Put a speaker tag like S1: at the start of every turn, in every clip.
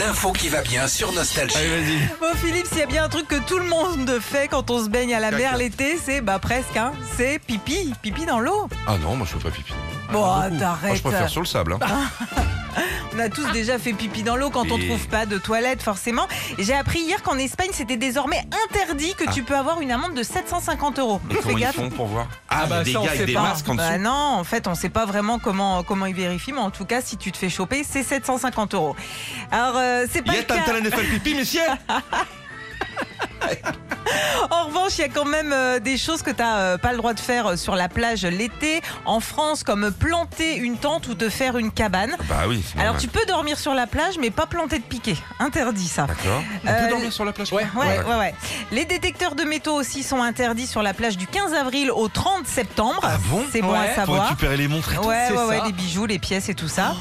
S1: L'info qui va bien sur Nostalgie.
S2: Allez, vas-y.
S3: Bon Philippe, s'il y a bien un truc que tout le monde fait quand on se baigne à la mer l'été, c'est bah presque, hein, c'est pipi, pipi dans l'eau.
S2: Ah non, moi je fais pas pipi.
S3: Bon,
S2: Pas beaucoup.
S3: t'arrêtes.
S2: Moi je préfère sur le sable. hein.
S3: On a tous déjà fait pipi dans l'eau quand on
S2: Et-
S3: trouve pas de toilette forcément. J'ai appris hier qu'en Espagne c'était désormais interdit que tu peux avoir une amende de 750 euros.
S2: Ah. Mais comment ils font pour voir
S4: Ah, bah,
S2: des
S4: ça, on
S2: gars avec
S4: sait
S2: des
S4: pas.
S2: masques en dessous.
S3: Bah non, en fait, on sait pas vraiment comment comment ils vérifient, mais en tout cas, si tu te fais choper, c'est 750 euros. Alors, euh, c'est pas
S2: Il y a
S3: le cas.
S2: un talent de faire pipi, monsieur
S3: En revanche, il y a quand même euh, des choses que tu pas le droit de faire euh, sur la plage l'été en France, comme planter une tente ou te faire une cabane.
S2: Bah oui. c'est
S3: Alors
S2: normal.
S3: tu peux dormir sur la plage, mais pas planter de piquet. Interdit ça.
S2: D'accord. On
S3: Euh,
S2: peut dormir sur la plage
S4: Ouais.
S3: Ouais,
S2: d'accord.
S3: ouais, ouais. Les détecteurs de métaux aussi sont interdits sur la plage du 15 avril au 30 septembre.
S2: Ah bon
S3: C'est bon
S4: Ouais,
S3: à
S4: faut
S2: Pour
S3: savoir.
S2: récupérer les montres et tout.
S3: Ouais,
S4: c'est
S3: ouais, ouais,
S4: ça.
S3: les bijoux, les pièces et tout ça.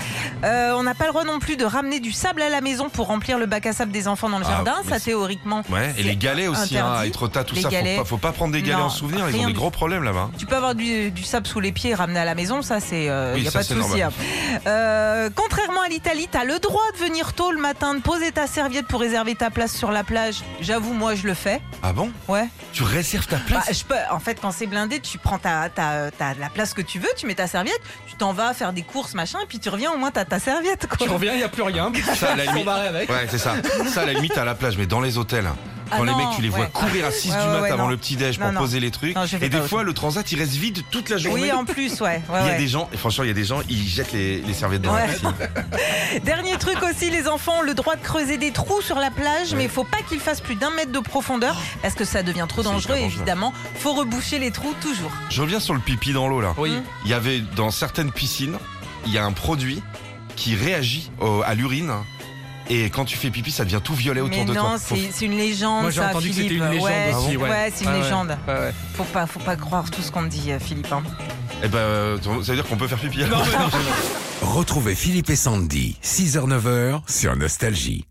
S3: Euh, on n'a pas le droit non plus de ramener du sable à la maison pour remplir le bac à sable des enfants dans le
S2: Ah,
S3: jardin.
S2: mais
S3: Ça,
S2: c'est-
S3: théoriquement.
S2: Ouais, et
S3: c'est
S2: les galets aussi, hein,
S3: interdit.
S2: être tôt, tout
S3: Les
S2: ça.
S3: galets.
S2: Faut, pas, faut pas prendre des galets
S3: Non,
S2: en souvenir, ils
S3: rien
S2: ont des
S3: du
S2: gros problèmes là-bas.
S3: Tu peux avoir du, du sable sous les pieds et ramener à la maison, ça c'est, il
S2: Oui,
S3: y a
S2: ça,
S3: pas de
S2: c'est
S3: souci.
S2: normal.
S3: hein. Euh, contrairement à l'Italie, t'as le droit de venir tôt le matin, de poser ta serviette pour réserver ta place sur la plage. J'avoue, moi je le fais.
S2: Ah bon
S3: Ouais.
S2: Tu réserves ta
S3: Bah,
S2: place
S3: je peux. En fait, quand c'est blindé, tu prends ta, ta, ta- la place que tu veux, tu mets ta serviette, tu t'en vas faire des courses machin, et puis tu reviens au moins t'as ta serviette. Quoi.
S4: Tu reviens, il n'y a plus rien.
S2: Ça, à la
S4: On
S2: limite-
S4: barre avec.
S2: Ouais, c'est ça. Ça, à la limite, à la plage, mais dans les hôtels.
S3: Ah
S2: Quand les
S3: non,
S2: mecs, tu les vois
S3: ouais.
S2: courir à 6
S3: Ouais,
S2: du
S3: ouais,
S2: mat
S3: ouais,
S2: avant
S3: non.
S2: le petit déj pour
S3: Non, non.
S2: poser les trucs.
S3: Non, je fais
S2: et des
S3: pas au
S2: fois, le transat, il reste vide toute la journée.
S3: Oui, en plus, ouais. ouais,
S2: Il y a
S3: ouais.
S2: des gens, et franchement, il y a des gens, ils jettent les, les serviettes dans la
S3: Ouais.
S2: piscine.
S3: Dernier truc aussi, les enfants ont le droit de creuser des trous sur la plage, mais il faut pas qu'ils fassent plus d'un mètre de profondeur parce que ça devient trop
S2: C'est
S3: dangereux.
S2: hyper dangereux.
S3: Évidemment, faut reboucher les trous toujours.
S2: Je reviens sur le pipi dans l'eau là.
S4: Oui.
S2: Il y avait dans certaines piscines, il y a un produit qui réagit au- à l'urine. Et quand tu fais pipi, ça devient tout violet autour
S3: mais
S2: de
S3: non,
S2: toi. Faut-
S3: c'est c'est une légende.
S4: Moi, j'ai
S3: ça,
S4: entendu que c'était
S3: Philippe.
S4: une légende
S3: Ouais,
S4: aussi,
S3: c'est-
S4: ouais.
S3: ouais, c'est une
S4: Ah ouais.
S3: légende.
S4: Ouais, ouais.
S3: Faut pas, faut pas croire tout ce qu'on dit, euh, Philippe. hein.
S2: Eh ben, euh, ça veut dire qu'on peut faire pipi.
S1: Retrouvez Philippe et Sandy, 6h-9h sur Nostalgie.